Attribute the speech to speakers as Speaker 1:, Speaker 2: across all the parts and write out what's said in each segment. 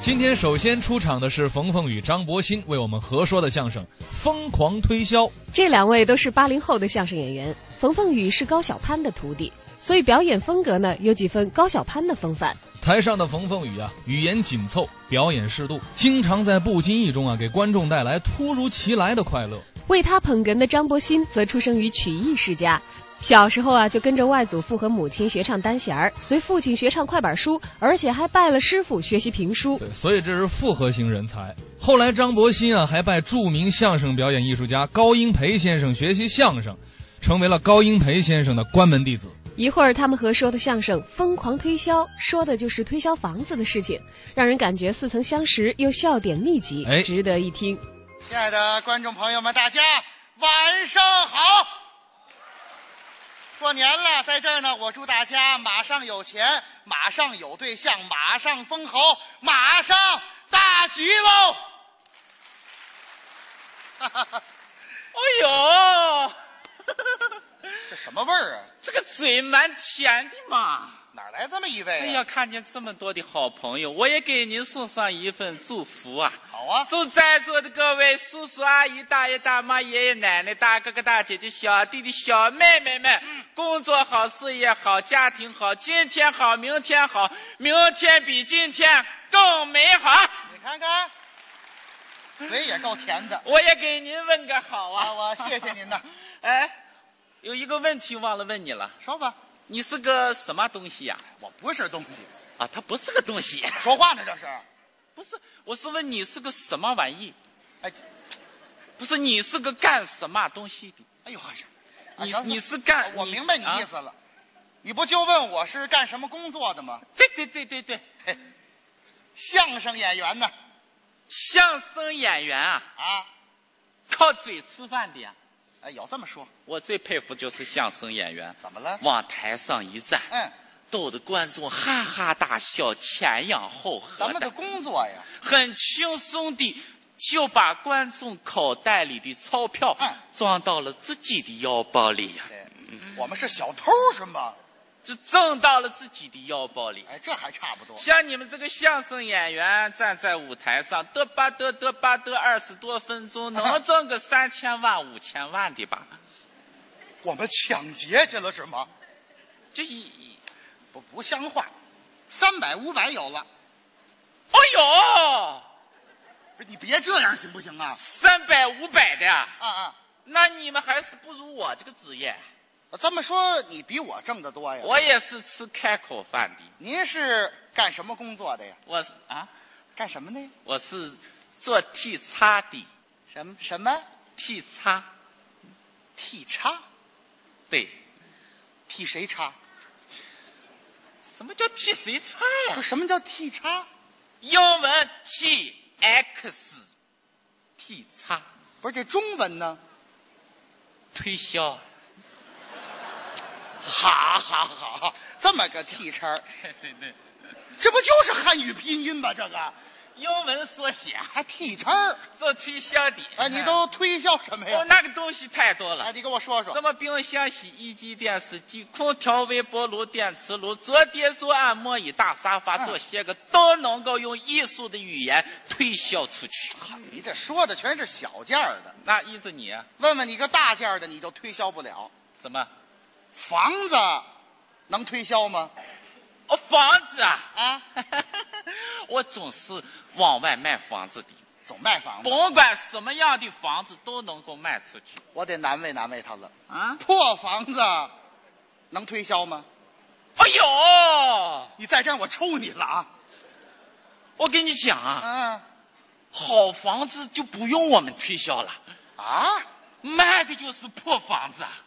Speaker 1: 今天首先出场的是冯凤与张博鑫为我们合说的相声《疯狂推销》。
Speaker 2: 这两位都是八零后的相声演员，冯凤雨是高晓攀的徒弟，所以表演风格呢有几分高晓攀的风范。
Speaker 1: 台上的冯凤雨啊，语言紧凑，表演适度，经常在不经意中啊，给观众带来突如其来的快乐。
Speaker 2: 为他捧哏的张伯鑫则出生于曲艺世家，小时候啊就跟着外祖父和母亲学唱单弦儿，随父亲学唱快板书，而且还拜了师傅学习评书。
Speaker 1: 对，所以这是复合型人才。后来张伯鑫啊，还拜著名相声表演艺术家高英培先生学习相声，成为了高英培先生的关门弟子。
Speaker 2: 一会儿他们合说的相声《疯狂推销》，说的就是推销房子的事情，让人感觉似曾相识又笑点密集，
Speaker 1: 哎
Speaker 2: 值得一听。
Speaker 3: 亲爱的观众朋友们，大家晚上好！过年了，在这儿呢，我祝大家马上有钱，马上有对象，马上封侯，马上大吉喽！
Speaker 4: 哎呦，
Speaker 3: 这什么味儿啊？
Speaker 4: 这个嘴蛮甜的嘛！
Speaker 3: 哪来这么一位、啊？
Speaker 4: 哎呀，，看见这么多的好朋友，我也给您送上一份祝福啊！
Speaker 3: 好啊！
Speaker 4: 祝在座的各位叔叔阿姨、大爷大妈、爷爷奶奶、大哥哥大姐姐、小弟弟小妹妹们，工作好、事业好、家庭好，今天好，明天好，明天比今天更美好。
Speaker 3: 你看看，嘴也够甜的。
Speaker 4: 我也给您问个好啊！
Speaker 3: 啊，我谢谢您呐。
Speaker 4: 哎，有一个问题忘了问你了，
Speaker 3: 说吧，
Speaker 4: 你是个什么东西呀、
Speaker 3: 我不是东西，
Speaker 4: 啊，它不是个东西，
Speaker 3: 说话呢这是。
Speaker 4: 不是，我是问你是个什么玩意？
Speaker 3: 哎，
Speaker 4: 不是你是个干什么东西的？
Speaker 3: 哎呦，我
Speaker 4: 你
Speaker 3: 去！
Speaker 4: 你是干
Speaker 3: 我
Speaker 4: 你
Speaker 3: 明白你
Speaker 4: 啊
Speaker 3: 意思了，你不就问我是干什么工作的吗？
Speaker 4: 对对对对对，
Speaker 3: 相声演员呢？
Speaker 4: 相声演员啊，
Speaker 3: 啊，
Speaker 4: 靠嘴吃饭的呀。
Speaker 3: 哎，有这么说？
Speaker 4: 我最佩服就是相声演员，
Speaker 3: 怎么了？
Speaker 4: 往台上一站，
Speaker 3: 嗯，
Speaker 4: 逗得观众哈哈大笑，前仰后合
Speaker 3: 咱们的
Speaker 4: 的，
Speaker 3: 工作呀，
Speaker 4: 很轻松的就把观众口袋里的钞票
Speaker 3: 嗯
Speaker 4: 装到了自己的腰包里呀、
Speaker 3: 对，我们是小偷是吗？
Speaker 4: 就挣到了自己的腰包里。
Speaker 3: 哎，这还差不多。
Speaker 4: 像你们这个相声演员站在舞台上嘚吧嘚嘚吧嘚二十多分钟，能挣个三千万五千万的吧？
Speaker 3: 我们抢劫去了是吗？
Speaker 4: 这一，
Speaker 3: 不不像话，三百五百有了，
Speaker 4: 哎呦，
Speaker 3: 不是你别这样行不行啊？
Speaker 4: 三百五百的呀，
Speaker 3: 啊啊，
Speaker 4: 那你们还是不如我这个职业。
Speaker 3: 这么说你比我挣得多呀？
Speaker 4: 我也是吃开口饭的，
Speaker 3: 您是干什么工作的呀？
Speaker 4: 我是啊，
Speaker 3: 干什么的呀？
Speaker 4: 我是做替差的，
Speaker 3: 什么什么
Speaker 4: 替差，
Speaker 3: 替差？
Speaker 4: 对，
Speaker 3: 替谁差？
Speaker 4: 什么叫替谁差
Speaker 3: 不
Speaker 4: 呀？
Speaker 3: 是什么叫替差？
Speaker 4: 英文 T X，替差
Speaker 3: 不是这中文呢？
Speaker 4: 推销。
Speaker 3: 哈哈哈！这么个替差儿，
Speaker 4: 对对，
Speaker 3: 这不就是汉语拼音吗？这个
Speaker 4: 英文缩写
Speaker 3: 还替差儿？
Speaker 4: 做推销的。
Speaker 3: 哎，你都推销什么
Speaker 4: 哦
Speaker 3: 呀，？
Speaker 4: 那个东西太多
Speaker 3: 哎，
Speaker 4: 了，
Speaker 3: 你给我说
Speaker 4: 什
Speaker 3: 说。
Speaker 4: 么冰箱、洗衣机、电视机、空调、微波炉、电磁炉、折叠桌、按摩椅、大沙发，
Speaker 3: 嗯
Speaker 4: 这些个都能够用艺术的语言推销出去。
Speaker 3: 你这说的全是小件儿的，
Speaker 4: 那意思你啊
Speaker 3: 问问你个大件儿的，你就推销不了。
Speaker 4: 什么？
Speaker 3: 房子能推销吗？
Speaker 4: 哦，房子啊！
Speaker 3: 啊，
Speaker 4: 我总是往外卖房子的，
Speaker 3: 总卖房子，
Speaker 4: 甭管什么样的房子都能够卖出去
Speaker 3: 我得难为难为他了。
Speaker 4: 啊！
Speaker 3: 破房子能推销吗？
Speaker 4: 哎呦，
Speaker 3: 你再这样，我抽你了啊！
Speaker 4: 我跟你讲啊，
Speaker 3: 啊
Speaker 4: 好房子就不用我们推销了，
Speaker 3: 啊，
Speaker 4: 卖的就是破房子。啊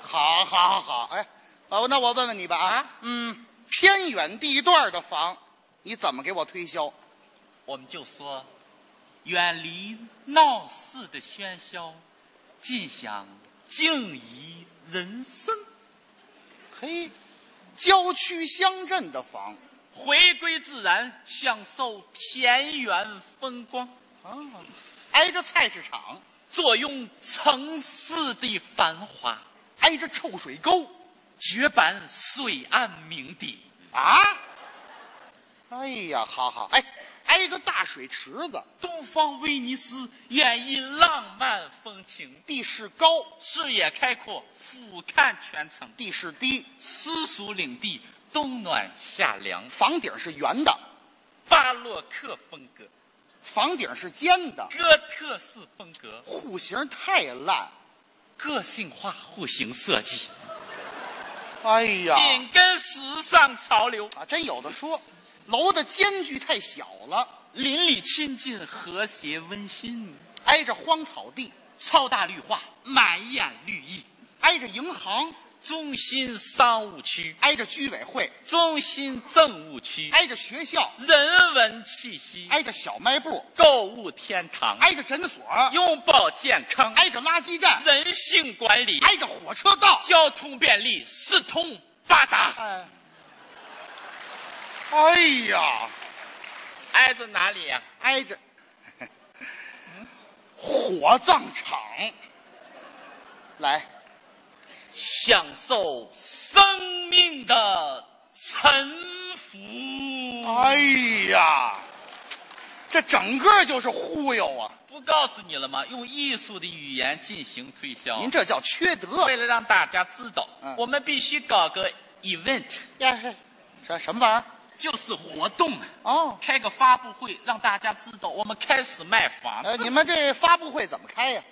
Speaker 3: 好好好，哎，哦，那我问问你吧啊
Speaker 4: 啊，
Speaker 3: 嗯，偏远地段的房，你怎么给我推销？
Speaker 4: 我们就说，远离闹市的喧嚣，尽享静怡人生，
Speaker 3: 嘿，郊区乡镇的房
Speaker 4: 回归自然，享受田园风光，
Speaker 3: 啊，挨着菜市场，
Speaker 4: 坐拥城市的繁华，
Speaker 3: 挨着臭水沟
Speaker 4: 绝版水岸名邸。
Speaker 3: 啊！哎呀，好好，哎，挨个大水池子，
Speaker 4: 东方威尼斯演绎浪漫风情，
Speaker 3: 地势高，
Speaker 4: 视野开阔，俯瞰全城，
Speaker 3: 地势低，
Speaker 4: 私塾领地，冬暖夏凉，
Speaker 3: 房顶是圆的，
Speaker 4: 巴洛克风格，
Speaker 3: 房顶是尖的，
Speaker 4: 哥特式风格，
Speaker 3: 户型太烂。
Speaker 4: 个性化户型设计，
Speaker 3: 哎呀，
Speaker 4: 紧跟时尚潮流，
Speaker 3: 啊，真有的说，楼的间距太小了，
Speaker 4: 邻里亲近，和谐温馨，
Speaker 3: 挨着荒草地，
Speaker 4: 超大绿化，满眼绿意。
Speaker 3: 挨着银行，
Speaker 4: 中心商务区，
Speaker 3: 挨着居委会，
Speaker 4: 中心政务区，
Speaker 3: 挨着学校，
Speaker 4: 人文气息，
Speaker 3: 挨着小卖部，
Speaker 4: 购物天堂，
Speaker 3: 挨着诊所，
Speaker 4: 拥抱健康，
Speaker 3: 挨着垃圾站，
Speaker 4: 人性管理，
Speaker 3: 挨着火车道。
Speaker 4: 交通便利，四通八达。
Speaker 3: 哎，哎呀，
Speaker 4: 挨着哪里啊呀、
Speaker 3: 挨着火葬场，来，
Speaker 4: 享受生命的沉浮。
Speaker 3: 哎呀，这整个就是忽悠啊！
Speaker 4: 不告诉你了吗？用艺术的语言进行推销
Speaker 3: 您。这叫缺德。
Speaker 4: 为了让大家知道，
Speaker 3: 嗯
Speaker 4: 我们必须搞个 event，
Speaker 3: 呀，嘿哎什什么玩意儿？
Speaker 4: 就是活动啊，
Speaker 3: 哦，
Speaker 4: 开个发布会，让大家知道我们开始卖房
Speaker 3: 呃，
Speaker 4: 子。
Speaker 3: 你们这发布会怎么开呀？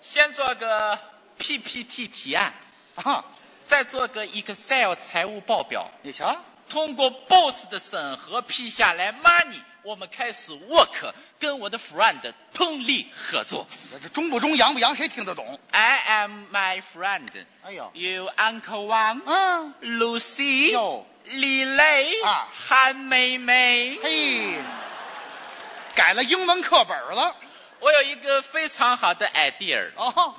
Speaker 4: 先做个 PPT 提案，
Speaker 3: 啊，
Speaker 4: 再做个 Excel 财务报表，
Speaker 3: 你瞧，
Speaker 4: 通过 boss 的审核批下来 money，我们开始 work，跟我的 friend 通力合作。
Speaker 3: 这这中不中，洋不洋，谁听得懂？
Speaker 4: I am my friend.
Speaker 3: 哎呦，
Speaker 4: You Uncle Wang,
Speaker 3: 嗯，
Speaker 4: Lucy,
Speaker 3: 哟
Speaker 4: 李雷，
Speaker 3: 啊
Speaker 4: 韩梅梅。
Speaker 3: 嘿，改了英文课本了。
Speaker 4: 我有一个非常好的 idea。
Speaker 3: 哦，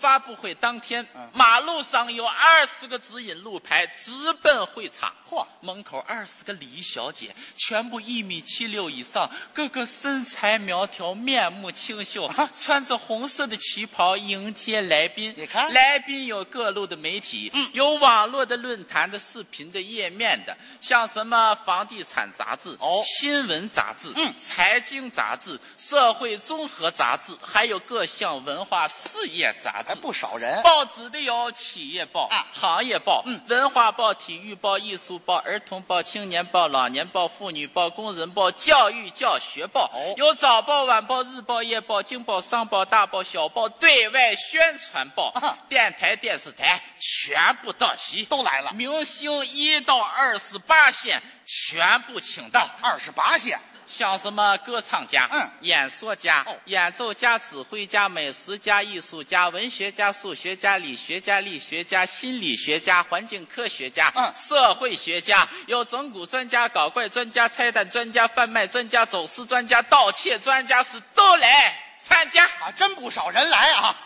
Speaker 4: 发布会当天
Speaker 3: 嗯，
Speaker 4: 马路上有二十个指引路牌，直奔会场。
Speaker 3: 嚯
Speaker 4: 门口二十个礼仪小姐，全部一米七六以上，个个身材苗条，面目清秀，
Speaker 3: 啊
Speaker 4: 穿着红色的旗袍迎接来宾。
Speaker 3: 你看嗯
Speaker 4: 来宾有各路的媒体，有网络的论坛的视频的页面的，像什么房地产杂志、
Speaker 3: 哦
Speaker 4: 新闻杂志、
Speaker 3: 嗯
Speaker 4: 财经杂志、社会综合杂志，还有各项文化事业杂志
Speaker 3: 还。不少人。
Speaker 4: 报纸的有企业报、
Speaker 3: 啊
Speaker 4: 行业报、文化报、体育报、艺术报、儿童报、青年报、老年报、妇女报、工人报、教育教学报，
Speaker 3: 哦
Speaker 4: 有早报、晚报、日报、夜报、经报、商报、大报、小报、对外宣传报、
Speaker 3: 啊
Speaker 4: 电台、电视台全部到齐，
Speaker 3: 都来了
Speaker 4: 明星一到二十八线全部请到。
Speaker 3: 二十八线，
Speaker 4: 像什么歌唱家、
Speaker 3: 嗯
Speaker 4: 演说家、
Speaker 3: 哦
Speaker 4: 演奏家、指挥家、美食家、艺术家、文学家、数学家、理学家、力学家、心理学家、环境科学家、
Speaker 3: 嗯
Speaker 4: 社会学家，有整蛊专家、搞怪专家、拆弹专家、贩卖专家、走私专家、盗窃专家是都来参加。
Speaker 3: 啊，真不少人来啊！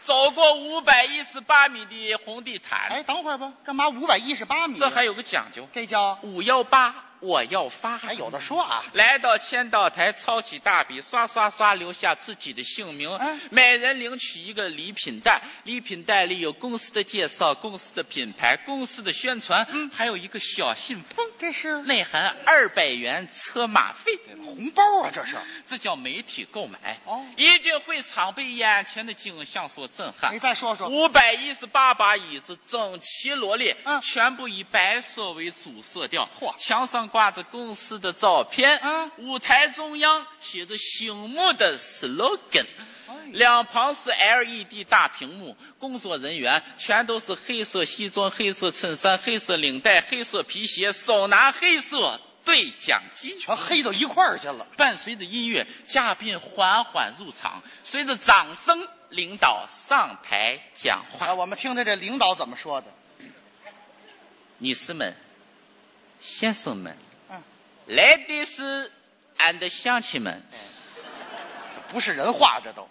Speaker 4: 走过五百一十八米的红地毯，
Speaker 3: 哎，等会儿吧，干嘛五百一十八米？
Speaker 4: 这还有个讲究，
Speaker 3: 这叫
Speaker 4: 五幺八我要发。
Speaker 3: 还有的说啊！
Speaker 4: 来到签到台，抄起大笔，刷刷刷留下自己的姓名。
Speaker 3: 嗯
Speaker 4: 每人领取一个礼品袋，礼品袋里有公司的介绍、公司的品牌、公司的宣传，
Speaker 3: 嗯
Speaker 4: 还有一个小信封，
Speaker 3: 这是
Speaker 4: 内含二百元车马费。
Speaker 3: 红包啊，这是。
Speaker 4: 这叫媒体购买。
Speaker 3: 哦
Speaker 4: 一进会场被眼前的景象所震撼
Speaker 3: 你。哎再说说，
Speaker 4: 五百一十八把椅子整齐罗列，
Speaker 3: 嗯
Speaker 4: 全部以白色为主色调。
Speaker 3: 嚯
Speaker 4: 墙上挂着公司的照片，
Speaker 3: 嗯
Speaker 4: 舞台中央写着醒目的 slogan，、
Speaker 3: 哎
Speaker 4: 两旁是 LED 大屏幕，工作人员全都是黑色西装、黑色衬衫、黑色领带、黑色皮鞋，手拿黑色对讲机。
Speaker 3: 全黑到一块儿去了。
Speaker 4: 伴随着音乐，嘉宾缓缓入场，随着掌声，领导上台讲话
Speaker 3: 啊，。我们听听这领导怎么说的。
Speaker 4: 女士们、先生们、
Speaker 3: 嗯
Speaker 4: ladies and 乡亲们，
Speaker 3: 不是人话，这都。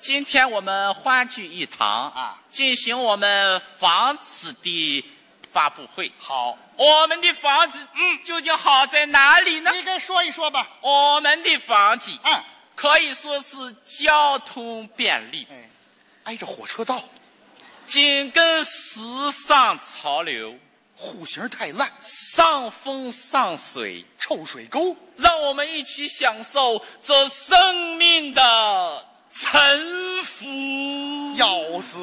Speaker 4: 今天我们欢聚一堂
Speaker 3: 啊，
Speaker 4: 进行我们房子的发布会。
Speaker 3: 好，
Speaker 4: 我们的房子，嗯，究竟好在哪里呢？
Speaker 3: 你该说一说吧。
Speaker 4: 我们的房子
Speaker 3: 嗯，
Speaker 4: 可以说是交通便利，
Speaker 3: 哎，挨着火车道，
Speaker 4: 紧跟时尚潮流，
Speaker 3: 户型太烂，
Speaker 4: 上风上水，
Speaker 3: 臭水沟。
Speaker 4: 让我们一起享受这生命的沉浮。
Speaker 3: 要死！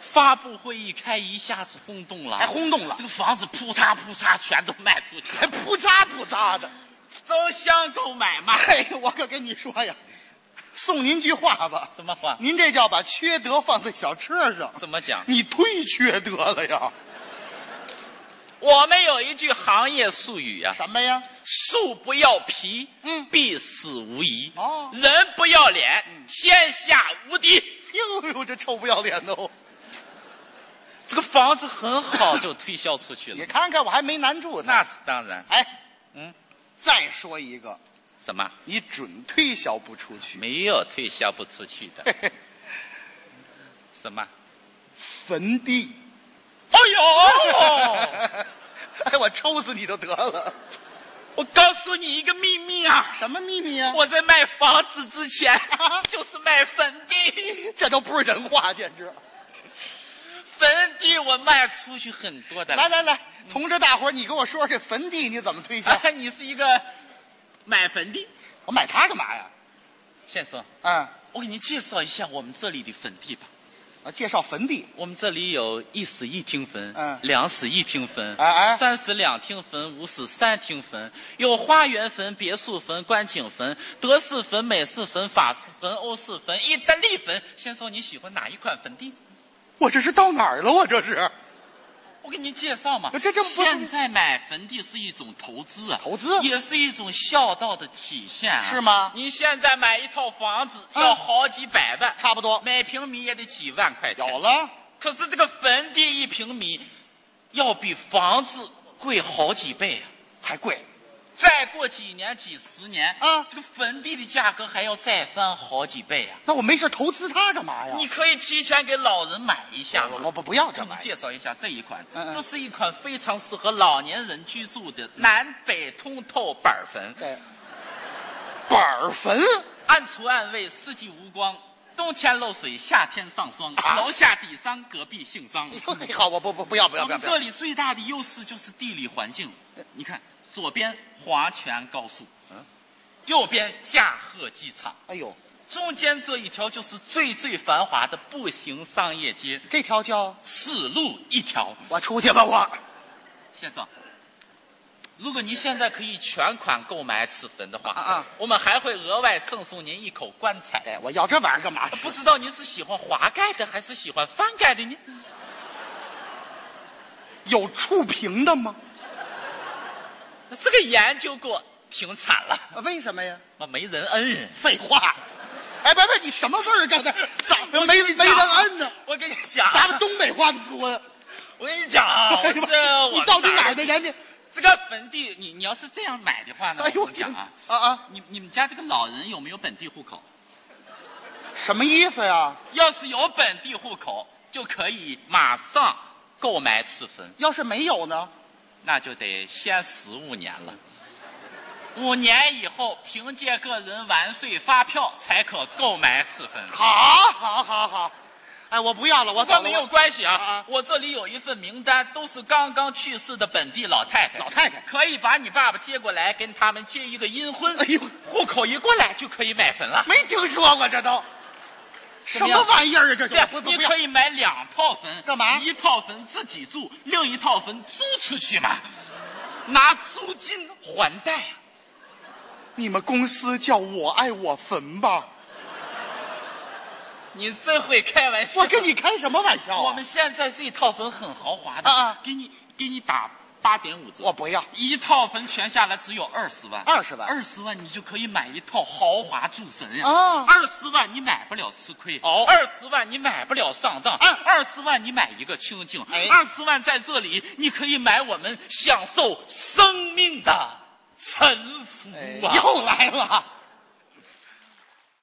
Speaker 4: 发布会一开，一下子哎轰动了，
Speaker 3: 还哎轰动了
Speaker 4: 这，个房子扑嚓扑嚓全都卖出去
Speaker 3: 还
Speaker 4: 了，
Speaker 3: 扑嚓扑嚓的。
Speaker 4: 争相购买嘛。
Speaker 3: 嘿，我可跟你说呀，送您句话吧，
Speaker 4: 什么话？
Speaker 3: 您这叫把缺德放在小车上，
Speaker 4: 怎么讲？
Speaker 3: 你忒缺德了呀！
Speaker 4: 我们有一句行业术语啊，
Speaker 3: 什么呀？
Speaker 4: 树不要皮，
Speaker 3: 嗯
Speaker 4: 必死无疑。
Speaker 3: 哦嗯
Speaker 4: 人不要脸，天下无敌。
Speaker 3: 哟哎呦，这臭不要脸的哦！
Speaker 4: 这个房子很好，就推销出去
Speaker 3: 你
Speaker 4: 了。
Speaker 3: 看看，我还没难住呢。
Speaker 4: 那是当然。
Speaker 3: 哎，
Speaker 4: 嗯，
Speaker 3: 再说一个，
Speaker 4: 什么？
Speaker 3: 你准推销不出去。
Speaker 4: 没有推销不出去 的。什么？
Speaker 3: 坟地，
Speaker 4: 哎呦！
Speaker 3: 哎，我抽死你就得了。
Speaker 4: 我告诉你一个秘密啊！
Speaker 3: 什么秘密呀、
Speaker 4: 我在卖房子之前， 就是卖坟地，
Speaker 3: 这都不是人话，简直！
Speaker 4: 坟地我卖出去很多的。
Speaker 3: 来来嗯来，同志大伙儿，你给我说说这坟地你怎么推销？
Speaker 4: 哎，你是一个买坟地
Speaker 3: 我买它干嘛呀？
Speaker 4: 先生，
Speaker 3: 嗯，
Speaker 4: 我给您介绍一下我们这里的坟地吧。
Speaker 3: 啊，介绍坟地，
Speaker 4: 我们这里有一室一厅坟，
Speaker 3: 嗯
Speaker 4: 两室一厅坟，
Speaker 3: 哎哎
Speaker 4: 三室两厅坟，五室三厅坟，有花园坟、别墅坟、观景坟、德式坟、美式坟、法式坟、欧式坟、意大利坟。先生，你喜欢哪一款坟地？
Speaker 3: 我这是到哪儿了？我这是
Speaker 4: 我给您介绍嘛，
Speaker 3: 这这不
Speaker 4: 现在买坟地是一种投资啊，
Speaker 3: 投资
Speaker 4: 也是一种孝道的体现啊，
Speaker 3: 是吗
Speaker 4: 你现在买一套房子
Speaker 3: 嗯
Speaker 4: 要好几百万，
Speaker 3: 差不多
Speaker 4: 每平米也得几万块钱，
Speaker 3: 有，了，
Speaker 4: 可是这个坟地一平米要比房子贵好几倍啊，
Speaker 3: 还贵，
Speaker 4: 再过几年几十年
Speaker 3: 嗯
Speaker 4: 这个坟地的价格还要再翻好几倍啊，
Speaker 3: 那我没事投资它干嘛呀？
Speaker 4: 你可以提前给老人买一下嘛
Speaker 3: 啊我我不不要这
Speaker 4: 给你
Speaker 3: 玩意
Speaker 4: 介
Speaker 3: 儿，
Speaker 4: 绍一下这一款，
Speaker 3: 嗯嗯
Speaker 4: 这是一款非常适合老年人居住的南北通透板坟，
Speaker 3: 对，板儿坟，
Speaker 4: 暗厨暗卫，四季无光，冬天漏水，夏天上霜，
Speaker 3: 啊
Speaker 4: 楼下底商，隔壁姓张。
Speaker 3: 哟嘿好，哎我不不不要不要
Speaker 4: 我
Speaker 3: 不要，
Speaker 4: 们
Speaker 3: 不要呃
Speaker 4: 这里最大的优势就是地理环境，你看左边华泉高速，
Speaker 3: 嗯
Speaker 4: 右边驾鹤机场，
Speaker 3: 哎呦，
Speaker 4: 中间这一条就是最最繁华的步行商业街，
Speaker 3: 这条叫
Speaker 4: 四路一条。
Speaker 3: 我出去吧我，
Speaker 4: 先生，如果您现在可以全款购买此坟的话，
Speaker 3: 啊啊
Speaker 4: 我们还会额外赠送您一口棺材。
Speaker 3: 哎，我要这玩意儿干嘛？
Speaker 4: 不知道您是喜欢滑盖的还是喜欢翻盖的呢？
Speaker 3: 有触屏的吗？
Speaker 4: 这个研究过，挺惨了，
Speaker 3: 啊为什么呀？
Speaker 4: 啊，没人恩人。
Speaker 3: 废话，哎，别别，你什么味儿啊？ 刚才咋没没人摁呢？
Speaker 4: 我跟你讲，
Speaker 3: 咱们东北话说呀，
Speaker 4: 我跟你讲啊， 我这我
Speaker 3: 哎你到底哪儿的人 家？
Speaker 4: 这个坟地，你你要是这样买的话呢，
Speaker 3: 哎呦
Speaker 4: 我
Speaker 3: 我
Speaker 4: 跟你讲
Speaker 3: 天
Speaker 4: 啊
Speaker 3: 啊，啊！
Speaker 4: 你你们家这个老人有没有本地户口？
Speaker 3: 什么意思呀？
Speaker 4: 要是有本地户口，就可以马上购买此坟。
Speaker 3: 要是没有呢？
Speaker 4: 那就得先十五年了。五年以后，凭借个人完税发票才可购买此坟。
Speaker 3: 好，好，好，好，哎，我不要了，我
Speaker 4: 不
Speaker 3: 走了。
Speaker 4: 过没有
Speaker 3: 我
Speaker 4: 关系
Speaker 3: 啊
Speaker 4: 啊
Speaker 3: 啊，
Speaker 4: 我这里有一份名单，都是刚刚去世的本地老太太。
Speaker 3: 老太太
Speaker 4: 可以把你爸爸接过来，跟他们结一个阴婚。
Speaker 3: 哎呦
Speaker 4: 户口一过来就可以买坟了。
Speaker 3: 没听说过这都，什
Speaker 4: 么样
Speaker 3: 么玩意儿啊？这
Speaker 4: 对
Speaker 3: 是，不不
Speaker 4: 你
Speaker 3: 不要
Speaker 4: 可！以买两套坟，
Speaker 3: 干嘛
Speaker 4: 一套坟自己住，另一套坟租出去嘛，拿租金还贷啊。
Speaker 3: 你们公司叫我爱我坟吧？
Speaker 4: 你真会开玩笑。
Speaker 3: 我跟你开什么玩笑啊？
Speaker 4: 我们现在这一套房很豪华的，
Speaker 3: 啊啊
Speaker 4: 给你给你打八点五折。
Speaker 3: 我不要，
Speaker 4: 一套房全下来只有二十万，
Speaker 3: 20万
Speaker 4: 二十万你就可以买一套豪华住坟呀、
Speaker 3: 啊
Speaker 4: 二十万你买不了吃亏，
Speaker 3: 哦
Speaker 4: 二十万你买不了上当，
Speaker 3: 嗯
Speaker 4: 二十万你买一个清净
Speaker 3: 哎，
Speaker 4: 二十万在这里你可以买我们享受生命的沉浮啊！
Speaker 3: 哎又来了。